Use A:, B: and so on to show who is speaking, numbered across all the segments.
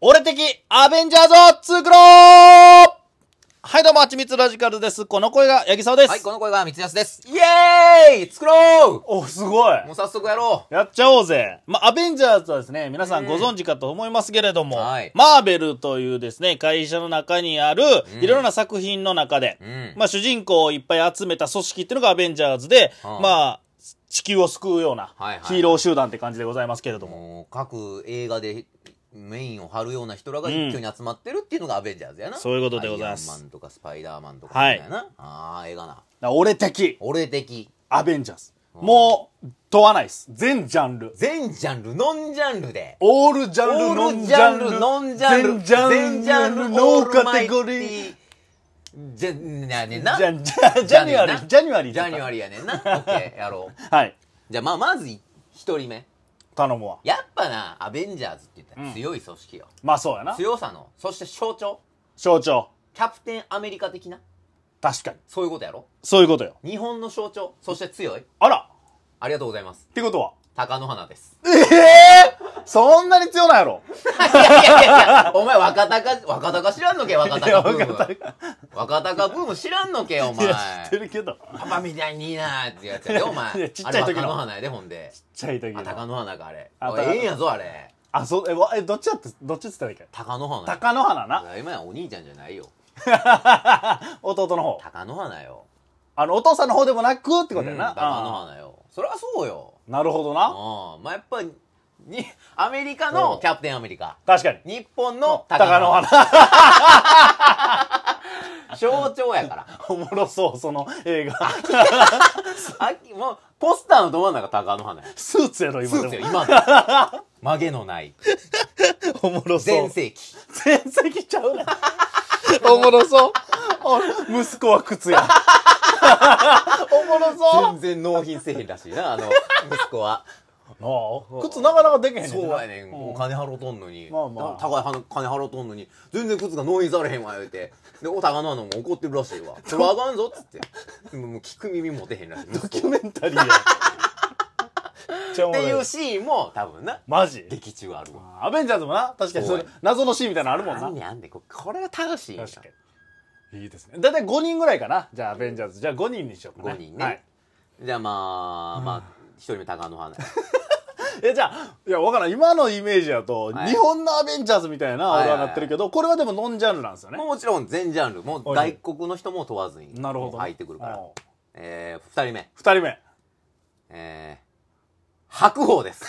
A: 俺的アベンジャーズを作ろうはい、どうも、はちみつラジカルです。この声が八木沢です。
B: はい、この声が三ツ安です。イエーイ作ろ
A: お、すごいう
B: もう早速やろ
A: やっちゃおうぜ。まあ、アベンジャーズはですね、皆さんご存知かと思いますけれども、
B: はい
A: マーベルというですね、会社の中にある、いろいろな作品の中で、
B: う。うん。
A: まあ、主人公をいっぱい集めた組織っていうのがアベンジャーズで、
B: はあ
A: まあ、地球を救うような
B: はいはい
A: ヒーロー集団って感じでございますけれども。
B: もう、各映画でメインを張るような人らが一挙に集まってるっていうのがアベンジャーズやな。
A: そういうことでございます
B: アイアンマンとかスパイダーマンとか
A: はい
B: みたいな。ああ、映画な。
A: だから俺的
B: 俺的。
A: アベンジャーズ。もう、問わないです。全ジャンル。
B: 全ジャンル、ノンジャンルで。
A: オールジャンル、
B: オ
A: ノ
B: ー
A: ン
B: ル
A: ジ
B: ジ
A: ャ
B: ャ
A: ン
B: ン
A: ル、
B: ル、ノンジャンル、
A: 全ジャンル、ノーカテゴリー。。
B: じゃ、なねんな。
A: じゃ、じゃ、ジャニュアリー、ジャニュアリー。
B: ジャニュアリーやねんな。オッケー、やろう。
A: はい。
B: じゃあ、まあ、まず一人目。
A: 頼むわ。
B: やっぱな、アベンジャーズって言ったら強い組織よ。
A: まあそうやな。
B: 強さの、そして象徴。
A: 象徴。
B: キャプテンアメリカ的な。
A: 確かに。
B: そういうことやろ
A: そういうことよ。
B: 日本の象徴。そして強い。
A: あら
B: ありがとうございます
A: っ。てことは。
B: 鷹の花です。
A: ええそんなに強ないやろ。
B: いやいやいや、お前若鷹、若鷹知らんのけ若
A: いや、
B: 鷹ブ
A: 分
B: ー
A: かった。い
B: ム。若鷹ブーム知らんのけお前。
A: や、知ってるけど。ちっ
B: パパみたいにいいなーってやつやで、お前。
A: いやちっちゃい時の
B: あれ若の花やで、ほんで。
A: ちゃい時
B: あ、
A: の。
B: 鷹の花か、あれ。
A: あ
B: おいええんやぞ、あれ。
A: あ、そう、えわ、え、どっちだって、どっちっつったらいいか。
B: 鷹の花。
A: 鷹の花な。
B: いや今やお兄ちゃんじゃないよ。
A: 弟の方。
B: 鷹の花よ。
A: あの、お父さんの方でもなくってことや
B: う
A: な。
B: ん鷹の
A: あ
B: 花よ。そりゃそうよ。
A: ーなるほどな。
B: うん。まあ、やっぱ、に、アメリカのキャプテンアメリカ。
A: 確かに。
B: 日本の
A: 鷹の
B: 花。
A: 花。
B: 象徴やから。
A: おもろそう、その映画。
B: あき、もう、ポスターのど真ん中鷹の花や。
A: スーツやろ、
B: ス
A: 今で
B: ー
A: も
B: ツよ、。今の。 曲げのない。
A: おもろそう。
B: 全盛期。
A: 全席ちゃうな。 おもろそう。 お息子は靴や。 おもろそう。
B: 全然納品せえへんらしい な、あの、息子は。
A: なあ靴なかなかできへんねんな
B: そうやねん、お金払うとんのに。
A: まあまあ
B: 高いは金払うとんのに、全然靴が納品されへんわ、言うて。で、お高ののも怒ってるらしいわ。それあかんぞ、つって。 でももう聞く耳持てへんら しい。
A: ド
B: っ
A: キュメンタリー や。めっちゃおも
B: てい
A: ろ
B: う
A: い。
B: シーンも、多分な、
A: マジ
B: 劇中あるわ。
A: アベンジャーズもな、確かにそれ
B: そうや
A: 謎のシーンみたいなのあるもん
B: あん
A: な。
B: ねんあんねんここれが楽しいんや
A: 確かに。いいですね。だいたい5人ぐらいかな。じゃあ、アベンジャーズ。じゃあ5人にしようかな。
B: 5人ね、
A: はい。
B: じゃあまあまあ一人目高野花
A: え、じゃあ、いや、わからん。今のイメージだと、
B: はい
A: 日本のアベンジャーズみたいな、
B: は
A: 俺
B: いはい
A: は
B: はい
A: なってるけど、これはでもノンジャンルなんですよね。
B: もちろん全ジャンルもう外国の人も問わずに
A: なるほど。
B: 入ってくるから
A: おう
B: えー、2人目
A: 二人目。
B: えー、白鵬です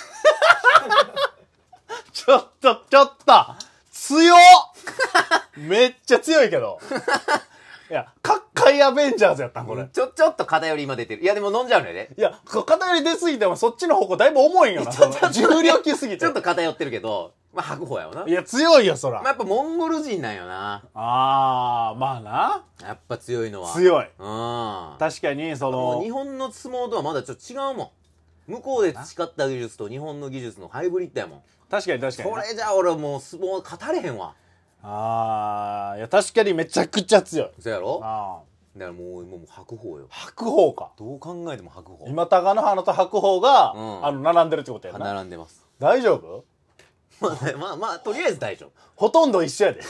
A: ちょっと、ちょっと 強っめっちゃ強いけど。いや、各界アベンジャーズやったん、これ。
B: ちょちょっと偏り今出てるいやでも飲んじゃうのよね
A: いや、こ偏り出すぎてもそっちの方向だいぶ重いんよな。その重量級すぎて。
B: ちょっと偏ってるけどまあ白鵬やわない
A: や、強いよ、そら。
B: まあ、やっぱモンゴル人なんよな
A: あー、まあな。
B: やっぱ強いのは
A: 強い。
B: うん
A: 確かに、そ
B: もう
A: の
B: 日、本の相撲とはまだちょっと違うもん向こうで培った技術と日本の技術のハイブリッドやもん
A: 確かに確かに
B: こ
A: な。
B: れじゃあ俺もう相撲語れへんわ
A: あー、いや、確かにめちゃくちゃ強い。
B: そうやろ
A: あー
B: だからもうもう白鵬よ
A: 白鵬か。
B: どう考えても白鵬
A: 今、高野花と白鵬が、
B: うん
A: あの、並んでるってことやな。
B: 並んでます
A: 大丈夫
B: まあね まあまあとりあえず大丈
A: ほとんど一緒やで。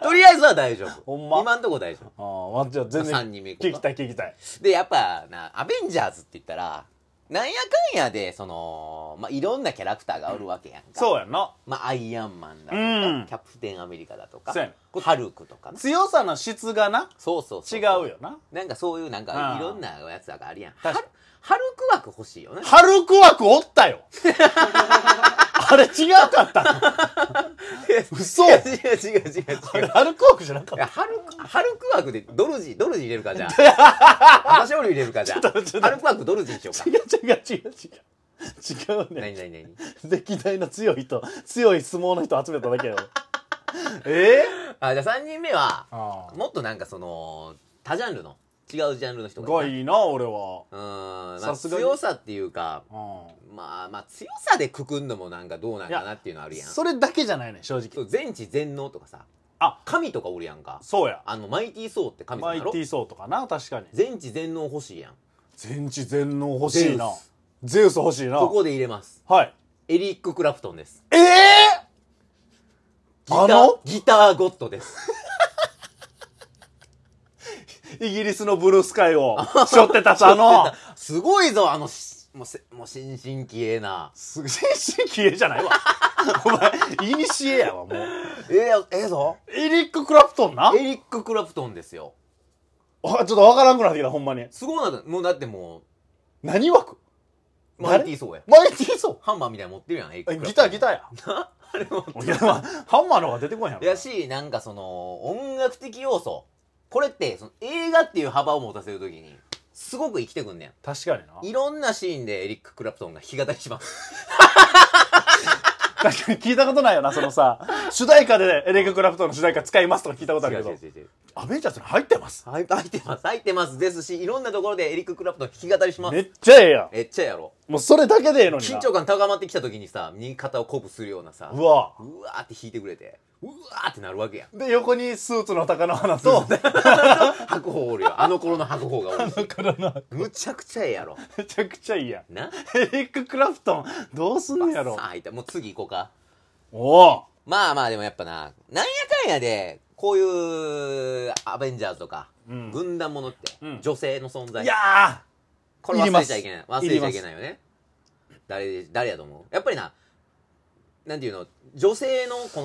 B: 夫 とりあえずは大丈夫
A: ほんま
B: 今んとこ大丈夫
A: あー、まじゃあ全然、
B: 三人目
A: 聞
B: 行こう
A: き
B: か
A: たい聞きたい。
B: でやっぱなアベンジャーズって言ったらなんやかんやでそのまあいろんなキャラクターがおるわけやんか
A: そうやんな。
B: まあアイアンマンだと
A: うん
B: かキャプテンアメリカだとか
A: そうやね
B: ハルクとかな
A: 強さの質がな、
B: そうそうそ
A: 違うよな。
B: なんかそういうなん
A: う
B: か
A: ん
B: いろんなやつがあるやんハ
A: 確か
B: ル
A: に
B: ハルク枠欲しいよね
A: ハルク枠おったよ あれ違かったの嘘
B: いや違う違う違う違う
A: あれハルク枠じゃなか
B: い
A: っ
B: や、ハルク、ハルク枠でドルジ、ドルジ入れるかじゃあ。浜勝利入れるかじゃあ。ハルク枠ドルジにしよう
A: た
B: か。
A: 違う違う違う違う違うね
B: 何何何
A: 歴代の強い人強い相撲の人集めただけよ え
B: あ、じゃあ3人目は、
A: ああ
B: もっとなんかその、多ジャンルの、違うジャンルの人
A: ー
B: が
A: が
B: いい
A: いいな俺は
B: な。うーん、ま
A: さ
B: あ
A: すがに
B: 強さっていうか、
A: う
B: まあまあ強さでくくんのもなんかどうなんかなっていうのある
A: ん
B: やん。
A: それだけじゃないね正
B: そ
A: 直
B: う全知全能とかさ、
A: あ
B: 神とかおるやんか。
A: そうや
B: あの、マイティーソーって神様
A: マイ
B: や
A: テ
B: ろ
A: ィーソーとかな確かに
B: 全知全能欲しいやん。
A: 全知全能欲しいなゼウス欲しいな
B: ここで入れます。
A: はい
B: エリック・クラプトンです。
A: ええ
B: ギタ
A: あの
B: ー、ギターゴッドです。
A: イギリスのブルースカイ を背負って立つあの、
B: すごいぞ、あの、しもうせ、もう、新進気鋭な。
A: す心身綺麗じゃ ないわ。お前、イニシエやわ、もう。
B: ええええぞ。
A: エリック・クラプトンな
B: エリック・クラプトンですよ。
A: あちょっとわからんくなってきた、ほんまに。
B: すごいな、もうだっても
A: 何枠
B: う、マ
A: 誰
B: イティーソーや。
A: マイティーソ
B: ハンマーみたいなの持ってるやん、エリ
A: ー
B: ック
A: え
B: クラ
A: ギ
B: プト
A: タ
B: ン
A: ー、ギターや。
B: あれも
A: いや、まあ、ハンマーの方が出てこんやろ。
B: やし、なんかその、音楽的要素。これって、その映画っていう幅を持たせるときに、すごく生きてくんね
A: 確かにな。
B: ん。いろんなシーンでエリック・クラプトンが弾き語りします。
A: 確かに聞いたことないよな、そのさ、主題歌でエレク・クラプトンの主題歌使いますとか聞いたことあるけど、
B: 違う違う。
A: アベンジャーズに入ってます。
B: 入ってます、入ってますですし、いろんなところでエリック・クラプトン弾き語りします。
A: めっちゃええやん。
B: めっちゃやろ。
A: もうそれだけでええのにな。
B: 緊張感高まってきたときにさ、右肩を鼓舞するようなさ、
A: うわ。
B: うわーって弾いてくれて、うわーってなるわけやん。
A: で、横にスーツの高野花と、
B: 白鵬おるよ。あの頃の白鵬がおるし。
A: からな、
B: むちゃくちゃええやろ。
A: めちゃくちゃいいやん。
B: な
A: エレク・クラプトン、どうすんのやろ
B: さ。あ、入った。もう次行こうか。
A: おお
B: まあまあでもやっぱな、なんやかんやで、こういうアベンジャーズとか、
A: うん
B: 軍団ものって、
A: うん
B: 女性の存在
A: い。や
B: これ忘れちゃいけない。
A: いりま
B: 忘
A: す
B: れちゃいけないよね。誰、誰やと思うやっぱりな、なんていうの、女性のこ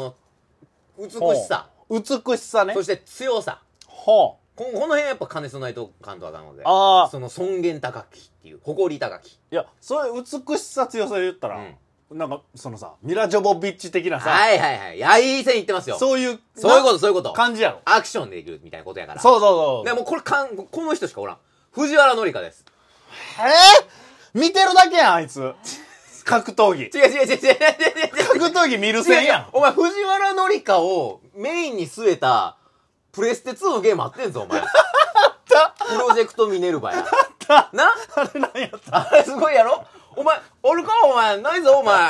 B: の美
A: ー
B: しさ、
A: ほう美しさね
B: そ。して強さ。
A: ほ
B: ここの辺やっぱ兼ね備えとかんとあかんので。
A: ああ
B: その尊厳高きっていう、誇り高き。
A: う。いや、それ美しさ強さで言った
B: う
A: ら、
B: ん。
A: なんか、そのさ、ミラ・ジョボビッチ的なさ、
B: はいはいはい。いや、いい線いってますよ。そう
A: そういう、
B: いうこと、そういうこと
A: な。感じやろ。
B: アクションできるみたいなことやから。
A: そうそうそう。
B: でもうこれかん、この人しかおらん。藤原紀香です。
A: えー、見てるだけやん、あい つ。格闘技。
B: 違う違う違う違う違う違
A: 格
B: う違う。
A: 闘技見る
B: 違う
A: 線
B: 違
A: や。
B: うんお前、藤原紀香をメインに据えた、プレステ2のゲームあってんぞ、お 前。
A: た
B: プロジェクトミネルヴァや。
A: た
B: な
A: あれなんやっ
B: あれすごいやろお前、おるかお前、ないぞ、お前。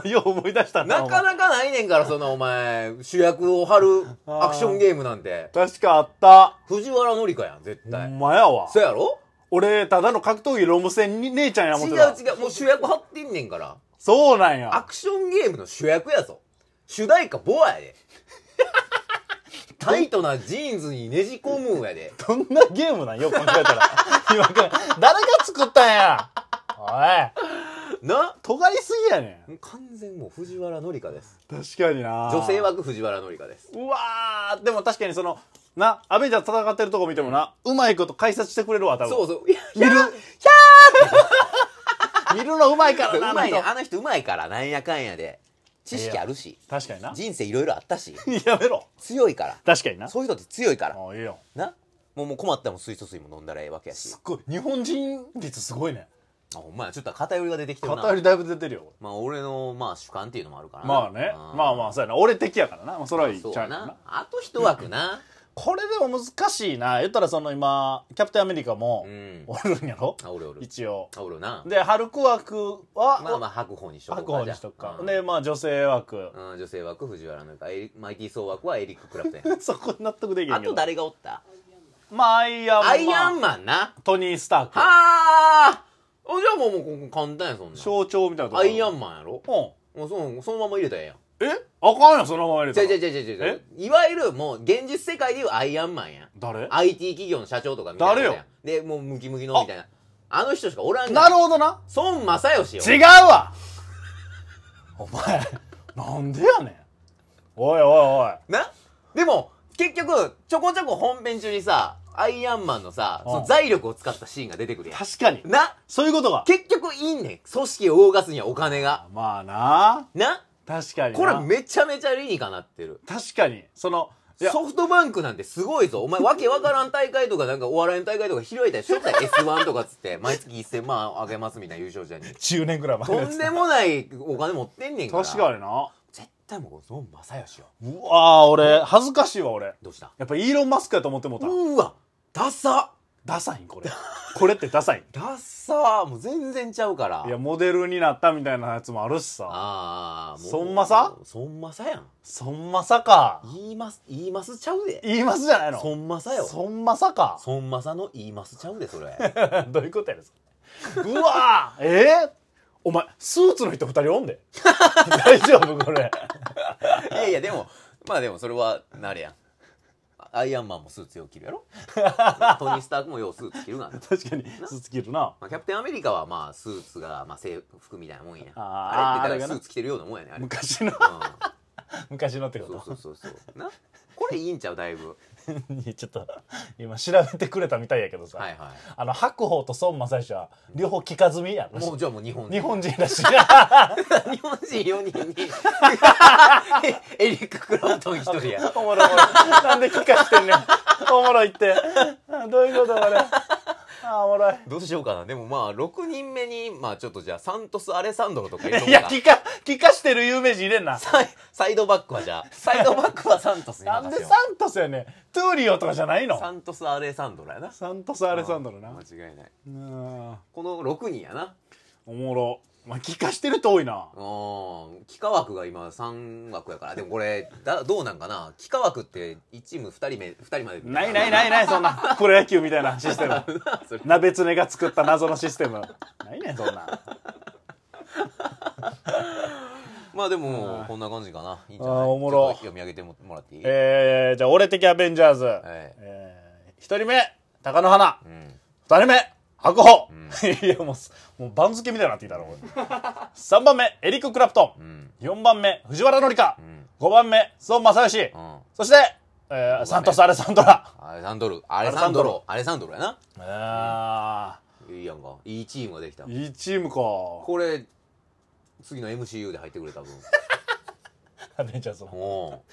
A: た よう思い出したな。
B: なかなかないねんから、そのお前、主役を張るアクションゲームなんて。
A: お前確かあった。
B: 藤原紀香やん、絶
A: ほ
B: 対。
A: んまやわ
B: そ。やろ
A: 俺、ただの格闘技ロム線に姉ちゃんや思
B: 違
A: っ
B: う
A: てた。
B: 違う、もう主役張ってんねんから。
A: そうなん
B: ア
A: や。
B: クションゲームの主役やぞ。主題歌ボアや で。タイトなジーンズにねじ込むんやで。
A: どんなゲームなんよ、考えたら。 今から。誰が作ったんや。おい。
B: な
A: 尖りすぎやね
B: 完全もう藤原紀香です。
A: ん。確かにな。
B: 女性枠藤原紀香です。
A: うわー、でも確かにその、な、アベンジャーズ戦ってるとこ見てもな、うまいこと解説してくれるわ、多分。
B: そうそう。いや、い
A: 見
B: や
A: る、 見るのうまいからな、
B: うまいね。
A: あの
B: あの人うまいから、なんやかんやで。知識あるし、
A: 人確かにな。
B: 人生いろいろあったし、
A: やめろ。
B: 強いから。
A: 確かにな。
B: そういう人って強いから。
A: もういいよ。
B: なもうもう困ったらもう水素水も飲んだらええわけやし
A: す。っごい。日本人率すごいね。
B: あ、ほんまや、ちょっと偏りが出てきてるな。
A: 偏りだいぶ出てるよ。
B: まあ俺の、まあ主観っていうのもあるからな
A: まあね。
B: うん
A: まあまあ、そうやな。俺敵やからな。まあそれはいい
B: そう
A: ちゃ
B: や
A: うよ
B: な。あと一枠な。
A: これでも難しいな。言ったらその今、キャプテンアメリカも
B: う、ん。
A: おるんやろ
B: あ、おるおる。
A: 一応。
B: あ、おるな。
A: で、ハルク枠は、
B: まあまあ、白鵬にしとこ
A: 白
B: うか。
A: 鵬にしとくか
B: じゃあ。
A: で、まあ女性枠。
B: うんうん女性枠、藤原のか、エリマイティー総枠はエリック・クラプ トンや
A: そこ納得できへん
B: あ
A: けど。
B: と誰がおった
A: まあ、アイアンマン。
B: アイアンマンな。
A: トニー・スターク。
B: はーあじゃあもうもう簡単や、そんな
A: 象徴みたいなと
B: ん。
A: こ
B: アイア
A: ン。
B: ンマンやろ
A: うん。
B: もうそうそのまま入れたらええやん。
A: えあかんよ、そのまま入れ
B: じ
A: た
B: ゃ
A: ら。
B: じゃじゃじゃじゃいわゆるもう現実世界でいうアイアンマンやん。
A: 誰
B: IT 企業の社長とかみたいな。
A: 誰よ。
B: で、もうムキムキのみたいな。あの人しかおらんから
A: なるほどな。
B: 孫正義よ。
A: 違うわお前、なんでやねん。おいおいおい。
B: なでも、結局、ちょこちょこ本編中にさ、アイアンマンのさ、
A: うん
B: その財力を使ったシーンが出てくるや
A: 確かに
B: ん。。な
A: そういうことが。
B: 結局いいねん。組織を動かすにはお金が。
A: まあな。
B: な
A: 確かにな。
B: これめちゃめちゃ理にかなってる。
A: 確かに。その、いや、
B: ソフトバンクなんてすごいぞ。お前わけわからん大会とかなんかお笑いの大会とか拾えたりしとったよ S1 とかっつって、毎月1000万あげますみたいな優勝者に。
A: 10年くらい前の
B: と
A: やつ
B: んでもないお金持ってんねんから。
A: 確かにな。
B: 絶対もう、孫正義よ。
A: うわー俺、恥ずかしいわ、俺。
B: どうした
A: やっぱイーロン・マスクやと思ってもうた。
B: うーわダサ
A: ダサいん、これ。これってダ サいん。
B: ダッサーもう全然ちゃうから。
A: いや、モデルになったみたいなやつもあるしさ。
B: ああ、もう。
A: 孫正
B: 孫正やん。
A: そんまさか。
B: 言います、言いますちゃうで。
A: 言いますじゃないの。
B: 孫正よ。
A: そんまさか。
B: 孫正の言いますちゃうで、それ。
A: どういうことやですか。うわ ー えーお前、スーツの人二人おんで。大丈夫これ。
B: いやいやでもまあでもそれはなれやんアイアンマンもスーツよう着るや ろトニー・スタークもようスーツ着るがな、
A: 確かにスーツ着るな
B: まあ、キャプテンアメリカはまあスーツがまあ制服みたいなもんや
A: あー
B: あれって
A: あれが
B: だか
A: な
B: らスーツ着てるようなもんやねあれ、うん、
A: 昔の昔のってこ
B: そ
A: と
B: うそうそうそうなこれいいんちゃうだいぶ
A: いやちょっと今調べてくれたみたいやけどさ、
B: はいはい
A: あの白鵬と孫正義は両方聞かずみやろ
B: もうじゃあもう日本人
A: 日本人ら しい
B: 日本人4人に エリック・クラントン1人や
A: おもろいおもろい なんで聞かしてんねんおもろいってあどういうことこれあおもろい
B: どうしようかなでもまあ6人目にまあちょっとじゃあサントス・アレサンドロとか入れとこ
A: いう
B: か
A: や聞か聞かしてる有名人入れんな
B: サイサイドバックはじゃあサイドバックはサントスに
A: なん
B: 任
A: で
B: せ
A: サ
B: よ
A: ントスやねんトゥーリオとかじゃないうの
B: サントス・アレサンドロやな
A: サントスアレサンドロな
B: 間違いない
A: うん
B: この6人やな
A: おもろまあ聞かしてる人多いな
B: うん幾何枠が今3枠やからでもこれだどうなんかな幾何枠って1チーム2人目2人まで
A: ないないないないそん なプロ野球みたいなシステム
B: それ
A: 鍋つねが作った謎のシステムないねんそんなん
B: まあでもこんな感じかないいんじゃ
A: あ
B: な
A: ー
B: い
A: おもろ
B: ちょっと読み上げてももらっていい
A: えー、じゃあ俺的アベンジャーズ、
B: はい
A: えー、1人目貴乃花
B: うん
A: 2人目白鵬、 いやもうもう番付みたいになってきたなこれ3番目エリック・クラプト
B: う
A: ン、
B: ん
A: 4番目藤原紀香
B: う、ん
A: 五5番目孫正義、
B: うん
A: そして、えー、サントス・アレサンドラ、
B: アレサンドロアレサンドロアレサンドロやな
A: あ
B: いいやんかいいチームができた
A: ーいいチームか
B: これ次の MCU で入ってくれ 多分
A: アベンジャーズの
B: おお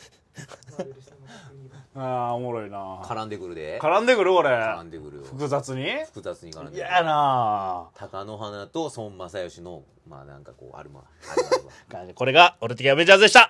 A: あーおもろいな
B: 絡んでく るで
A: 絡んでくる俺
B: 絡んでくるよ
A: 複雑に
B: 複雑に絡んでくる
A: 嫌やな
B: 貴乃花と孫正義のまあなんかこうあるまあるまるわ
A: これが俺的アベンジャーズでした